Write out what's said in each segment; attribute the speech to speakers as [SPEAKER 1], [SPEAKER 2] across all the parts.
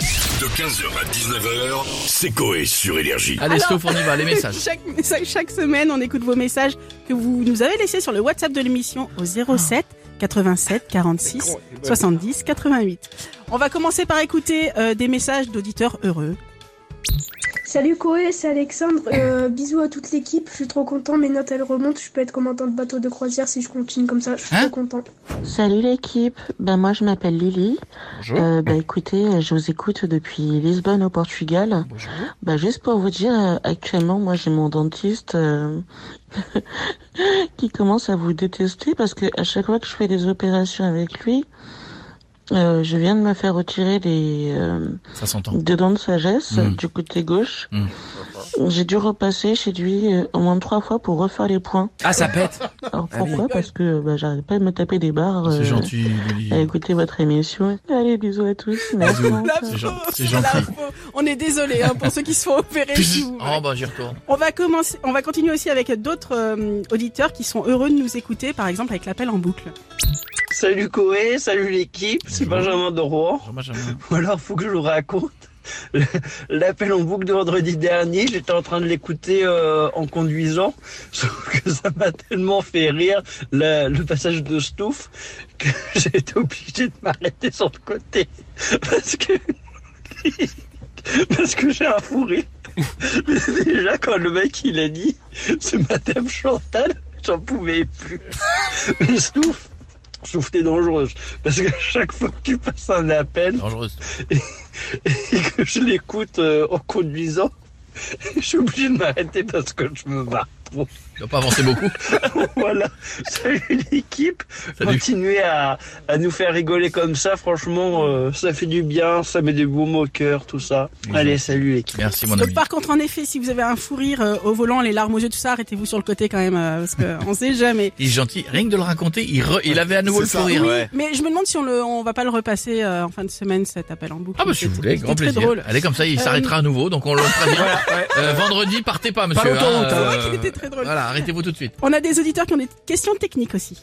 [SPEAKER 1] De 15h à 19h, c'est Coé sur Énergie.
[SPEAKER 2] Allez,
[SPEAKER 3] Alors-
[SPEAKER 2] sauf on y va, les messages.
[SPEAKER 3] Chaque, chaque- chaque semaine, on écoute vos messages que vous nous avez laissés sur le WhatsApp de l'émission au 07 87 46 70 88. On va commencer par écouter euh, des messages d'auditeurs heureux.
[SPEAKER 4] Salut Koé, c'est Alexandre. Euh, bisous à toute l'équipe. Je suis trop content. Mes notes elles remontent. Je peux être commandant de bateau de croisière si je continue comme ça. Je suis
[SPEAKER 2] Hein
[SPEAKER 4] trop content.
[SPEAKER 5] Salut l'équipe, ben moi je m'appelle Lily.
[SPEAKER 2] Bonjour.
[SPEAKER 5] Euh, ben écoutez, euh, je vous écoute depuis Lisbonne au Portugal.
[SPEAKER 2] Bonjour.
[SPEAKER 5] Ben juste pour vous dire, euh, actuellement moi j'ai mon dentiste euh, qui commence à vous détester parce que à chaque fois que je fais des opérations avec lui, euh, je viens de me faire retirer les euh,
[SPEAKER 2] Ça s'entend.
[SPEAKER 5] deux dents de sagesse
[SPEAKER 2] Mm.
[SPEAKER 5] du côté gauche.
[SPEAKER 2] Mm.
[SPEAKER 5] J'ai dû repasser chez lui euh, au moins trois fois pour refaire les points.
[SPEAKER 2] Ah, ça pète.
[SPEAKER 5] Alors
[SPEAKER 2] Ah oui.
[SPEAKER 5] pourquoi Parce que ben, j'arrive pas à me taper des barres.
[SPEAKER 2] C'est
[SPEAKER 5] euh,
[SPEAKER 2] gentil, Lily.
[SPEAKER 5] à écouter votre émission. Allez, bisous à tous. Merci.
[SPEAKER 2] Bisous.
[SPEAKER 3] La
[SPEAKER 2] C'est gen-
[SPEAKER 3] pauvre,
[SPEAKER 2] c'est gentil.
[SPEAKER 3] la pauvre. On est désolé hein, pour ceux qui se font opérer. si vous voulez.
[SPEAKER 2] Oh, bah, j'y retourne.
[SPEAKER 3] On va commencer, on va continuer aussi avec d'autres euh, auditeurs qui sont heureux de nous écouter, par exemple avec l'appel en boucle.
[SPEAKER 6] Salut Coé, salut l'équipe, c'est Benjamin de Rouen.
[SPEAKER 2] Jean Benjamin.
[SPEAKER 6] Ou alors faut que je vous raconte l'appel en boucle de vendredi dernier. J'étais en train de l'écouter euh, en conduisant, sauf que ça m'a tellement fait rire la- le passage de Stouff que j'ai été obligé de m'arrêter sur le côté parce que parce que j'ai un fou rire. Mais Déjà quand le mec il a dit c'est Madame Chantal, j'en pouvais plus. Mais Stouff, Stouff t'es dangereuse parce que chaque fois que tu passes un appel
[SPEAKER 2] Dangereuse.
[SPEAKER 6] et que je l'écoute euh, en conduisant, je suis obligé de m'arrêter parce que je me barre.
[SPEAKER 2] Tu dois pas avancer beaucoup.
[SPEAKER 6] voilà. Salut l'équipe.
[SPEAKER 2] Salut.
[SPEAKER 6] Continuez à, à nous faire rigoler comme ça. Franchement, euh, ça fait du bien. Ça met des baumes au cœur, tout ça.
[SPEAKER 2] Bonjour.
[SPEAKER 6] Allez, salut l'équipe.
[SPEAKER 2] Merci, mon
[SPEAKER 3] Donc
[SPEAKER 2] ami.
[SPEAKER 3] par contre, en effet, si vous avez un fou rire euh, au volant, les larmes aux yeux, tout ça, arrêtez-vous sur le côté quand même, euh, parce qu'on sait jamais.
[SPEAKER 2] Il est gentil. Rien que de le raconter, il, re- il avait à nouveau le
[SPEAKER 7] C'est ça,
[SPEAKER 2] sourire.
[SPEAKER 7] ouais.
[SPEAKER 3] Mais je me demande si on le, on va pas le repasser euh, en fin de semaine cet appel en boucle.
[SPEAKER 2] Ah, bah, si
[SPEAKER 3] C'est-
[SPEAKER 2] vous voulez,
[SPEAKER 3] c'est
[SPEAKER 2] grand
[SPEAKER 3] très
[SPEAKER 2] plaisir.
[SPEAKER 3] drôle.
[SPEAKER 2] Allez, comme ça, il
[SPEAKER 3] Euh,
[SPEAKER 2] s'arrêtera à nouveau. Donc, on le prévient.
[SPEAKER 7] ouais.
[SPEAKER 2] Euh, vendredi, partez pas, monsieur.
[SPEAKER 7] l'autoroute, hein.
[SPEAKER 2] hein,
[SPEAKER 3] C'est
[SPEAKER 2] euh,
[SPEAKER 3] vrai qu'il était très drôle.
[SPEAKER 2] Voilà, arrêtez-vous tout de suite.
[SPEAKER 3] On a des auditeurs qui ont des questions techniques aussi.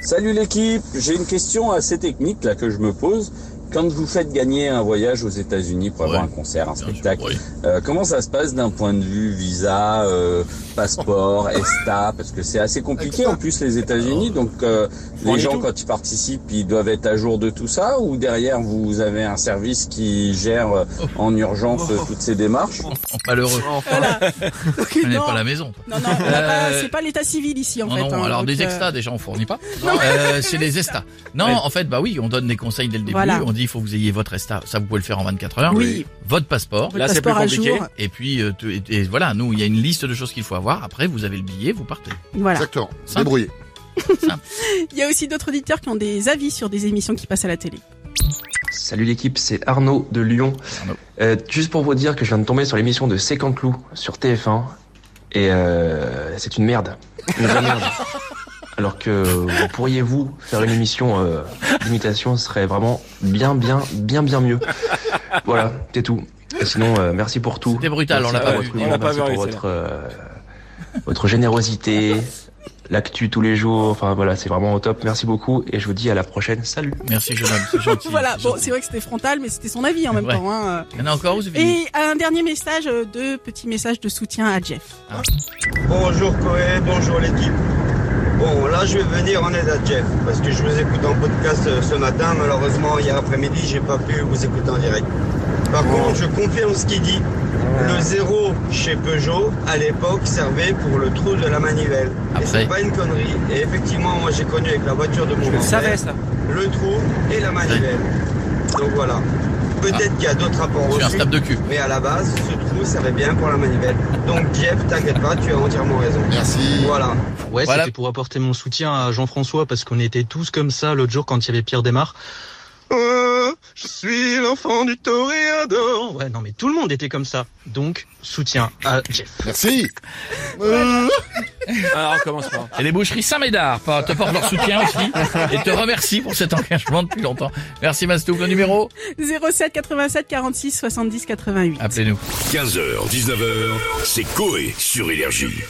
[SPEAKER 8] Salut l'équipe, j'ai une question assez technique là que je me pose. Quand vous faites gagner un voyage aux États-Unis pour avoir
[SPEAKER 2] Ouais.
[SPEAKER 8] un concert, un
[SPEAKER 2] Bien
[SPEAKER 8] spectacle,
[SPEAKER 2] sûr, oui.
[SPEAKER 8] euh, comment ça se passe d'un point de vue visa, euh, passeport, ESTA Parce que c'est assez compliqué en plus les États-Unis. Donc euh,
[SPEAKER 7] On
[SPEAKER 8] les
[SPEAKER 7] est
[SPEAKER 8] gens
[SPEAKER 7] tout.
[SPEAKER 8] quand ils participent, ils doivent être à jour de tout ça ou derrière vous avez un service qui gère euh, en urgence euh, toutes ces démarches
[SPEAKER 2] Oh, Malheureux.
[SPEAKER 3] Voilà. Donc,
[SPEAKER 2] On n'est
[SPEAKER 3] non,
[SPEAKER 2] pas à la maison.
[SPEAKER 3] non, non, on n'a pas-
[SPEAKER 2] Euh,
[SPEAKER 3] c'est pas l'état civil ici en
[SPEAKER 2] Oh
[SPEAKER 3] fait.
[SPEAKER 2] non,
[SPEAKER 3] hein,
[SPEAKER 2] alors
[SPEAKER 3] donc,
[SPEAKER 2] des
[SPEAKER 3] euh,
[SPEAKER 2] extas déjà on fournit pas. Euh, c'est les estas. Non, en fait bah oui, on donne des conseils dès le début.
[SPEAKER 3] Voilà.
[SPEAKER 2] On dit il faut que vous ayez votre esta, ça vous pouvez le faire en 24 heures.
[SPEAKER 3] Oui.
[SPEAKER 2] Votre passeport.
[SPEAKER 3] votre
[SPEAKER 7] Là, c'est plus
[SPEAKER 3] passeport à
[SPEAKER 7] compliqué.
[SPEAKER 3] jour.
[SPEAKER 2] Et puis euh, tout- et- et voilà, nous il y a une liste de choses qu'il faut avoir. Après vous avez le billet, vous partez.
[SPEAKER 3] Voilà.
[SPEAKER 7] Exactement.
[SPEAKER 2] Ça.
[SPEAKER 7] Débrouillé.
[SPEAKER 3] Il y a aussi d'autres auditeurs qui ont des avis sur des émissions qui passent à la télé.
[SPEAKER 9] Salut l'équipe, c'est Arnaud de Lyon.
[SPEAKER 2] Arnaud.
[SPEAKER 9] Euh, juste pour vous dire que je viens de tomber sur l'émission de C'est quand Clou sur TF1 et euh, c'est une merde. Une vraie merde. Alors que vous pourriez vous faire une émission euh, d'imitation, ce serait vraiment bien, bien, bien, bien mieux. Voilà, c'est tout. Et sinon, euh, merci pour tout.
[SPEAKER 2] C'était brutal, on
[SPEAKER 9] Merci
[SPEAKER 2] l'a
[SPEAKER 9] pour
[SPEAKER 2] pas
[SPEAKER 9] votre
[SPEAKER 2] vu.
[SPEAKER 7] On l'a pas
[SPEAKER 9] humour,
[SPEAKER 7] vu,
[SPEAKER 9] merci pour
[SPEAKER 7] celle-là.
[SPEAKER 9] votre, euh, votre générosité, l'actu tous les jours. Enfin voilà, c'est vraiment au top. Merci beaucoup et je vous dis à la prochaine. Salut.
[SPEAKER 2] Merci jeune homme, c'est gentil.
[SPEAKER 3] voilà,
[SPEAKER 2] c'est
[SPEAKER 3] bon,
[SPEAKER 2] gentil.
[SPEAKER 3] c'est vrai que c'était frontal, mais c'était son avis en même
[SPEAKER 2] Ouais.
[SPEAKER 3] temps. hein.
[SPEAKER 2] Il y en a encore où c'est fini
[SPEAKER 3] Et un dernier message, euh, deux petits messages de soutien à Jeff.
[SPEAKER 6] Bonjour Coé, bonjour l'équipe. Bon, là je vais venir en aide à Jeff parce que je vous écoute en podcast euh, ce matin. Malheureusement, hier après-midi, j'ai pas pu vous écouter en direct. Par contre, je confirme ce qu'il dit. Le zéro chez Peugeot, à l'époque, servait pour le trou de la manivelle.
[SPEAKER 2] Après.
[SPEAKER 6] Et c'est pas une connerie. Et effectivement, moi j'ai connu avec la voiture de mon grand-père
[SPEAKER 7] ça.
[SPEAKER 6] le trou et la manivelle. Donc voilà. Peut-être qu'il y a d'autres rapports
[SPEAKER 2] Je suis un
[SPEAKER 6] reçus,
[SPEAKER 2] stable de cul.
[SPEAKER 6] mais à la base, ce trou servait bien pour la manivelle. Donc Jeff, t'inquiète pas, tu as entièrement raison.
[SPEAKER 7] Merci.
[SPEAKER 6] Voilà.
[SPEAKER 10] Ouais,
[SPEAKER 2] Voilà.
[SPEAKER 10] c'était pour apporter mon soutien à Jean-François parce qu'on était tous comme ça l'autre jour quand il y avait Pierre Desmar. Euh, je suis l'enfant du toréador. Ouais, non, mais tout le monde était comme ça. Donc, soutien à Jeff.
[SPEAKER 7] Merci.
[SPEAKER 2] Alors commence pas. Et les boucheries Saint-Médard pa- te portent leur soutien aussi et te remercient pour cet engagement depuis longtemps. Merci Mastouf, le numéro,
[SPEAKER 3] 07 87 46 70 88.
[SPEAKER 2] appelez-nous.
[SPEAKER 1] 15h, 19h, c'est Coé sur Énergie.